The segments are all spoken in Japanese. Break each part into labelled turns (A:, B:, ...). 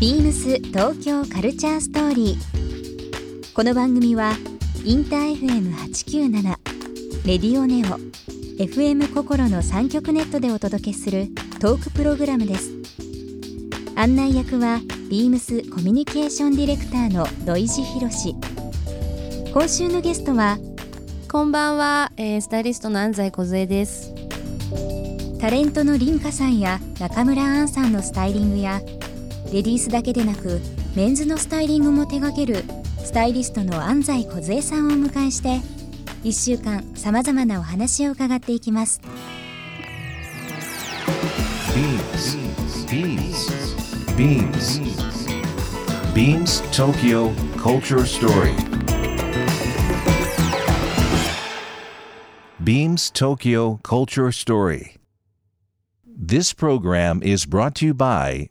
A: ビームス東京カルチャーストーリー。この番組はインター FM897 レディオネオ FM 心の三極ネットでお届けするトークプログラムです。案内役はビームスコミュニケーションディレクターの土井博志。今週のゲストは
B: こんばんは、えー、スタイリストの安西梢です。
A: タレントの凛花さんや中村アンさんのスタイリングやレディースだけでなくメンズのスタイリングも手掛けるスタイリストの安西梢さんをお迎えして1週間さまざまなお話を伺っていきます。
C: BeamsBeamsBeamsTokyo Culture Story Beams Tokyo Culture Story. This program is brought to you by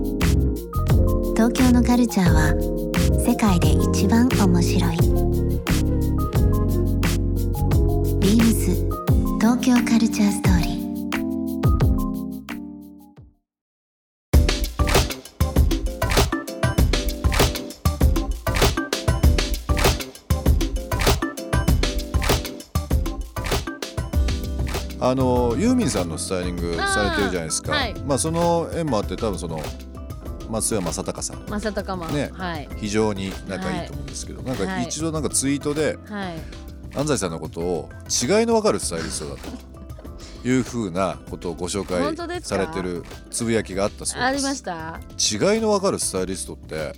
D: 東京のカルチャーは世界で一番面白いビームス東京カルチャーストーリ
E: あのユーミンさんのスタイリングされてるじゃないですか、はい、まあ、その縁もあって多分その松山正隆さん
B: 正隆も、
E: ね、はい、非常に仲いいと思うんですけど、はい、なんか一度なんかツイートで、安西さんのことを違いの分かるスタイリストだというふうなことをご紹介されてるつぶやきがあったそうです
B: ありました
E: 違いの分かるスタイリストって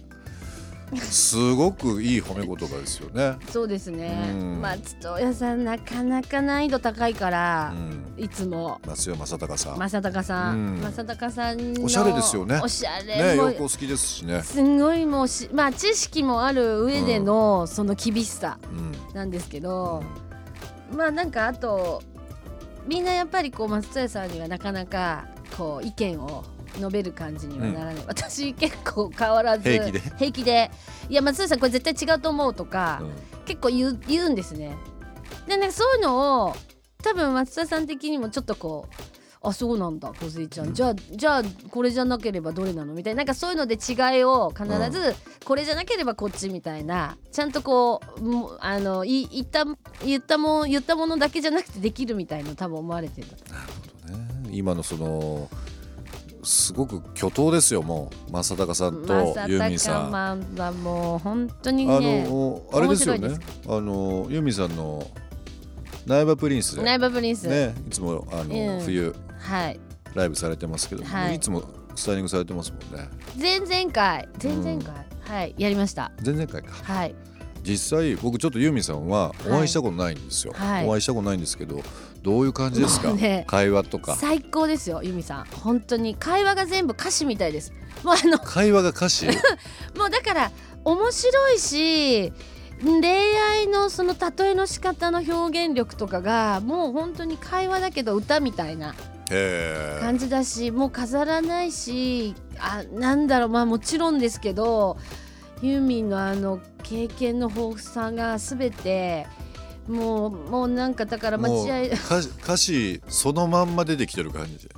E: すごくいい褒め言葉ですよね。
B: そうですね。松任谷さんなかなか難易度高いから、うん、いつも
E: 松山正隆さん、
B: 正隆さん、うん、正隆さん
E: おしゃれですよね。
B: おしゃれ
E: ね、洋服好きですしね。
B: すごいもうし、まあ知識もある上での、うん、その厳しさなんですけど、まあなんかあとみんなやっぱりこう松任谷さんにはなかなかこう意見を述べる感じにはならない、うん、私結構変わらず
E: 平気で
B: 平気でいや松田さんこれ絶対違うと思うとか、うん、結構言う言うんですねでねそういうのを多分松田さん的にもちょっとこうあそうなんだ小杉ちゃん、うん、じゃあじゃあこれじゃなければどれなのみたいななんかそういうので違いを必ず、これじゃなければこっちみたいなちゃんとこうあのい言った言ったも言ったものだけじゃなくてできるみたいな多分思われてる
E: なるほどね今のそのすごく巨頭ですよもう正隆さんとユーミンさん。
B: まだもう本当に、ね、
E: あのあれですよねあのユーミンさんの苗場プリンス
B: 苗場プリンス
E: ねいつもあの、うん、冬、
B: はい、
E: ライブされてますけど、はい、いつもスタイリングされてますもんね。
B: 前々回前々回、うん、はいやりました。
E: 前々回か。
B: はい。
E: 実際僕ちょっとユーミンさんはお会いしたことないんですよ、はい、お会いしたことないんですけどどういう感じですか、ね、会話とか
B: 最高ですよユミさん本当に会話が全部歌詞みたいですもうあの
E: 会話が歌 詞
B: もうだから面白いし恋愛のその例えの仕方の表現力とかがもう本当に会話だけど歌みたいな感じだしもう飾らないしあなんだろうまあもちろんですけどユーミンのあの経験の豊富さが全てもうもうなんかだから待ち合い
E: 歌詞そのまんま出てきてる感じ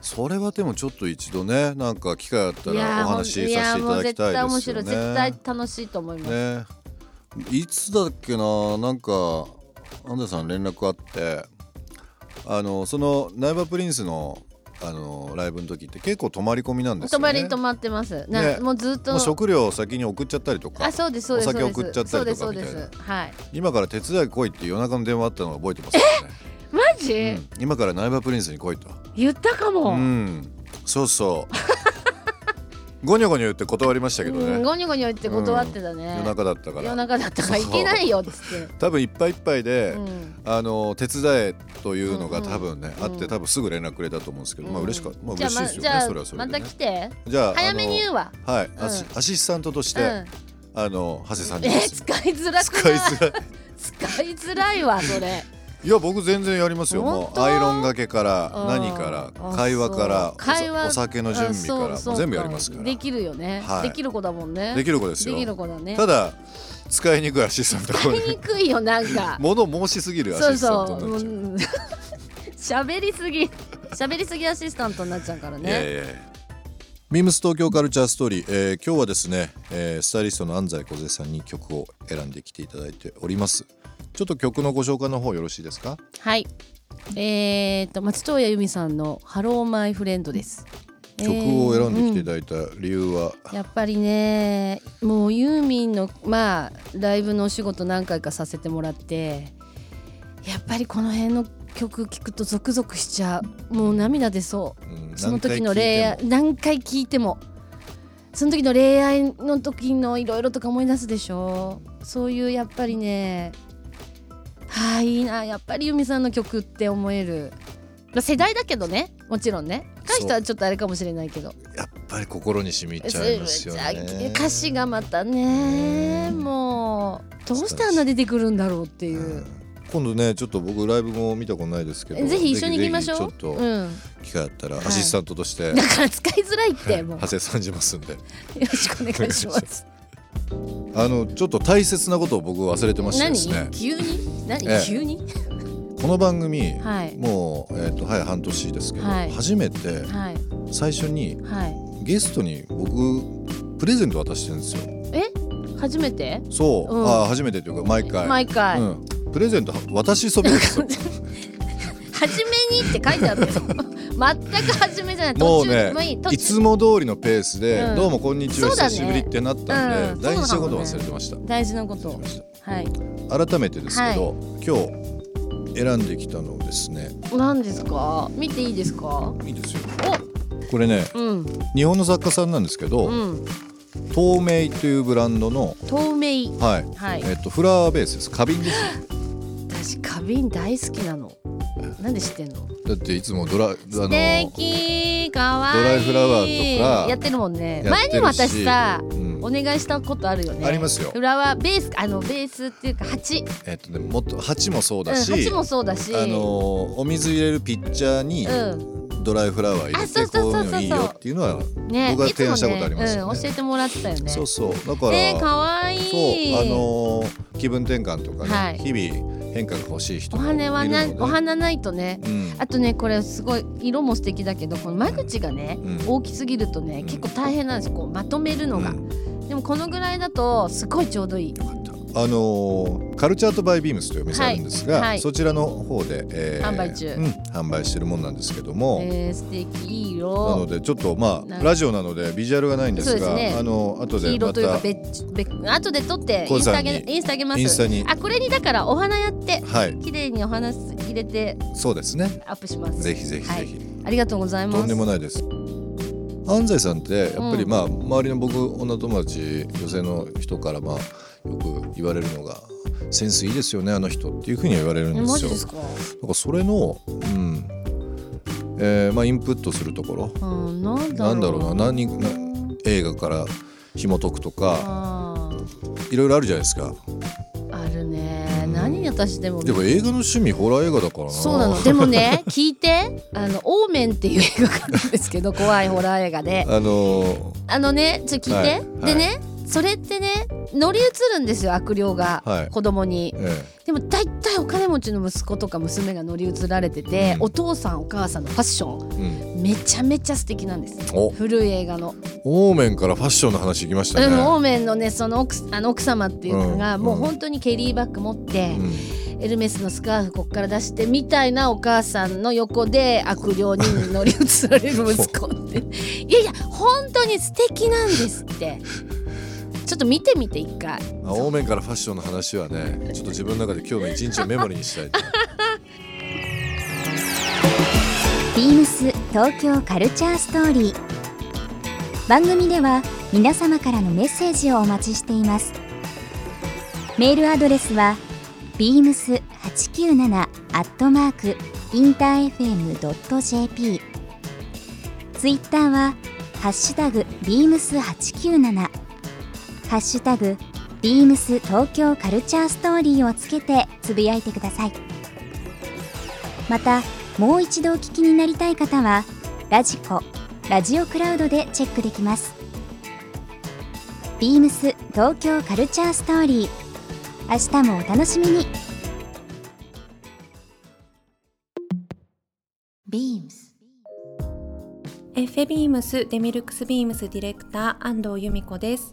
E: それはでもちょっと一度ねなんか機会あったらお話しさせていただきたいですよね
B: 絶対楽しいと思います、ね、
E: いつだっけななんか安田さん連絡あってあのその苗場プリンスのあのライブの時って結構泊まり込みなんですよ、
B: 泊
E: ね、
B: まり泊まってます。ね、もうずっと
E: 食料を先に送っちゃったりとか、
B: あそうですそうです
E: お酒送っちゃったりとかみたいな。はい。今から手伝い来いって夜中の電話あったのを覚えてますね。、
B: マジ、うん
E: 今からナイバープリンスに来いと。、
B: 言ったかも。うん
E: そうそう。 ゴニョゴニョ言って断りましたけど
B: う
E: ね、
B: んゴニョゴニョ言って断ってたね
E: 夜中だったか
B: 夜
E: ら
B: 中だったから
E: そう
B: 行けないよっつ って
E: 多分いっぱいいっぱいで、
B: うん
E: あの手伝えというのが多分ね、
B: うんうん
E: あって多分すぐ連絡くれたと思うんですけど、まあ嬉しかまあ
B: じゃ
E: 嬉
B: あ
E: しい
B: ま
E: ですよ
B: じ
E: ね、
B: ゃあ
E: それはそれ
B: ま
E: で、ね、
B: た来て
E: じゃあ
B: 早めに言う
E: わ
B: わ
E: はい、
B: ん
E: アシアシスタントとし
B: う
E: て、
B: ん
E: あの長谷さんに
B: え
E: ですよ
B: 使いづらく
E: 使い
B: ない
E: づらい
B: 使いづらいわそ れ
E: いや僕全然やりますよも
B: 本
E: う
B: 当
E: アイロンがけから
B: うん
E: 何から
B: あ
E: 会話から
B: そう会話
E: おお酒の準備か
B: あ
E: ら
B: そう
E: もう全部やりますから
B: で
E: でき
B: きるよね、
E: はい
B: できる子だもんね
E: る子ですよ
B: できる子だね
E: ただ使いにくいアシスタント
B: 使いにくいよなん か
E: 物を申しすぎるア
B: そう
E: シスタン
B: そ
E: ト
B: う
E: になっちゃう
B: うん喋りすぎ 喋りすぎアシスタントになっちゃうから
E: いやい
B: ね
E: やいやビームス東京カルチャーストーリー、えー今日はですね、えースタイリストの安西梢さんに曲を選んできていただいておりますちょっと曲のご紹介の方よろしいですか
B: はいえー、っと松任谷由実さんの「ハローマイフレンド」です
E: 曲を選んできてい
B: だ
E: ただいた理由は、
B: やっぱりねもうユーミンのまあライブのお仕事何回かさせてもらってやっぱりこの辺の曲聴くとゾクゾクしちゃうもう涙出そう
E: うん
B: その時の
E: 何回
B: 恋
E: 聴いても
B: 愛何回聞いてもその時の恋愛の時のいろいろとか思い出すでしょそういうやっぱりねはいいいなやっぱり由美さんの曲って思えるまあ世代だけどねもちろんね若い人はちょっとあれかもしれないけど
E: やっぱり心に染みちゃいますよ
B: そう
E: ね
B: 歌詞がまたね
E: うん、
B: もうどうしてあんな出てくるんだろうっていううん
E: 今度ねちょっと僕ライブも見たことないですけど
B: ぜひ一緒に行きましょう
E: ぜひぜひちょっ
B: うん、
E: と機会あったら
B: はい
E: アシスタントとして
B: だから使いづらいってもう
E: 長谷さんじますんで
B: よろしくお願いします
E: あのちょっと大切なことを僕忘れてましてですね
B: 何急に何、
E: ええ
B: 急に
E: この番組、
B: はい
E: もう、えー、とはい半年ですけど、
B: はい
E: 初めて
B: はい
E: 最初に
B: はい
E: ゲストに僕プレゼント渡してるんですよ
B: 初めて
E: そう、
B: うん
E: あ初めてというか毎回
B: 毎回、
E: うん、プレゼント渡しそびれです よ
B: 初めにって書いてあ るよ全く初めじゃない
E: も
B: 途
E: う
B: 中
E: ね
B: もいい途中
E: いつも通りのペースで、
B: うん
E: どうもこんにちは、
B: そうだ
E: 久
B: ね
E: しぶりってなったんで、
B: うん
E: 大事な
B: そ
E: こ
B: うだ
E: と
B: もんね
E: 忘れてました
B: 大事なこ
E: 失礼し
B: と
E: まし
B: はい
E: た改めてですけど、今日選んできたのをですね
B: 何ですか見ていいですか
E: いいですよこれね
B: うん
E: 日本の作家さんなんですけど、
B: うん
E: 透明というブランドの
B: 透明
E: はい、
B: はい
E: えっとフラワーベースです花瓶です
B: 私
E: よ
B: 花瓶大好きなのなんで知ってんの
E: だっていつもドラあ
B: 素
E: の
B: 敵可愛い
E: ドライフラワーとか
B: やってるもんね
E: やっ
B: 前
E: て
B: に
E: るし
B: も私さ
E: うん
B: お願いしたことあるよね
E: ありますよ
B: フラワーベースあのベースっていうか鉢
E: えっとねもっと鉢もそう
B: うん
E: だし、
B: 鉢もそうだし
E: あのお水入れるピッチャーに
B: う
E: ドライフラワー入れ
B: あそう
E: て
B: そ
E: こ
B: う
E: う
B: そうそう
E: いうのいいよっていうのは、
B: んね
E: 僕が
B: いつも
E: 提案したことありますよね
B: ねうん教えてもらってたよね
E: そうそうだから、
B: えー、かわいい
E: そうあのー気分転換とかね、
B: はい
E: 日々変化が欲しい人
B: お
E: もいるので
B: 花はなお花ないとね
E: うん
B: あとねこれすごい色も素敵だけどこの間口がね、
E: うん
B: 大きすぎるとね、
E: うん
B: 結構大変なんですよこうまとめるのが、
E: うん
B: でもこのぐらいだとすごいちょうどいい
E: あのーカルチャートバイビームスというお店あるんですが、
B: はいはい
E: そちらの方で、えー
B: 販売中
E: うん販売してるもんなんですけども、
B: えー、素敵いい
E: なの
B: 色
E: でちょっとま
B: なん
E: あ
B: か
E: ラジオなのでビジュアルがないんで
B: そ
E: すが
B: うですね
E: あの後
B: 黄
E: でま
B: 色というか
E: た
B: べべ後で撮ってイ
E: コ
B: ン
E: ウ
B: スタ
E: さ
B: あ
E: んに
B: げインスタあげま
E: インスタ
B: す
E: に
B: あこれにだからお花やって
E: はい
B: 綺麗にお花入れて
E: そうですね
B: アップします
E: ぜひぜひぜひ、
B: ありがとうございます
E: とんでもないです安西さんってやっぱり
B: うん
E: まあ、周りの僕女友達女性の人からまあよく言われるのがセンスいいですよねあの人っていうふうには言われるん
B: え
E: で
B: マ
E: す
B: ジ
E: よ
B: ですか
E: なんかそれのうんえーまあインプットするところ
B: うんなんだろう
E: なんだろうな何な映画から紐解くとか
B: あー
E: いろいろあるじゃないですか
B: あるね何私でも
E: でも映画の趣味ホラー映画だからな
B: そうなのでもね聞いてあのオーメンっていう映画があるんですけど怖いホラー映画で
E: あの
B: あのねちょっと聞いて、
E: はい
B: でねそれってね乗り移るんですよ悪霊が、
E: はい
B: 子供に
E: ーええ
B: でも大体お金持ちの息子とか娘が乗り移られてて、
E: うん
B: お父さんお母さんのファッショ
E: うん、
B: ンめちゃめちゃ素敵なんです
E: お
B: 古い映画の、
E: オーメンからファッションの話いきましたね、
B: うん、オーメンのねその奥あの奥様っていうのが、
E: うん
B: もう本当にケリーバッグ持って、
E: うん
B: エルメスのスカーフこっから出してみたいなお母さんの横で悪霊に乗り移られる息子っていやいや本当に素敵なんですってちょっと見てみて一回
E: あオーメンからファッションの話はねちょっと自分の中で今日の一日をメモリーにしたい
A: ビームス東京カルチャーストーリー。番組では皆様からのメッセージをお待ちしていますメールアドレスは beams897 アットマークインター FM.jp ツイッターはハッシュタグ beams897 ハッシュタグ beams 東京カルチャーストーリーをつけてつぶやいてくださいまたもう一度お聞きになりたい方はラジコラジオクラウドでチェックできますビームス東京カルチャーストーリー明日もお楽しみに
D: Beams
F: エッフェビームスデミルクスビームスディレクター安藤由美子です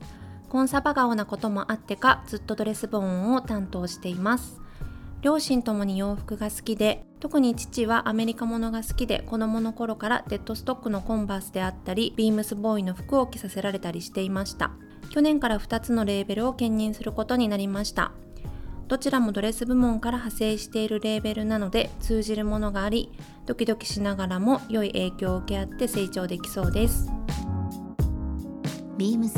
F: コンサバ顔なこともあってかずっとドレスボンを担当しています両親ともに洋服が好きで特に父はアメリカものが好きで子供の頃からデッドストックのコンバースであったりビームスボーイの服を着させられたりしていました去年から2つのレーベルを兼任することになりましたどちらもドレス部門から派生しているレーベルなので通じるものがありドキドキしながらも良い影響を受け合って成長できそうです
D: ビームス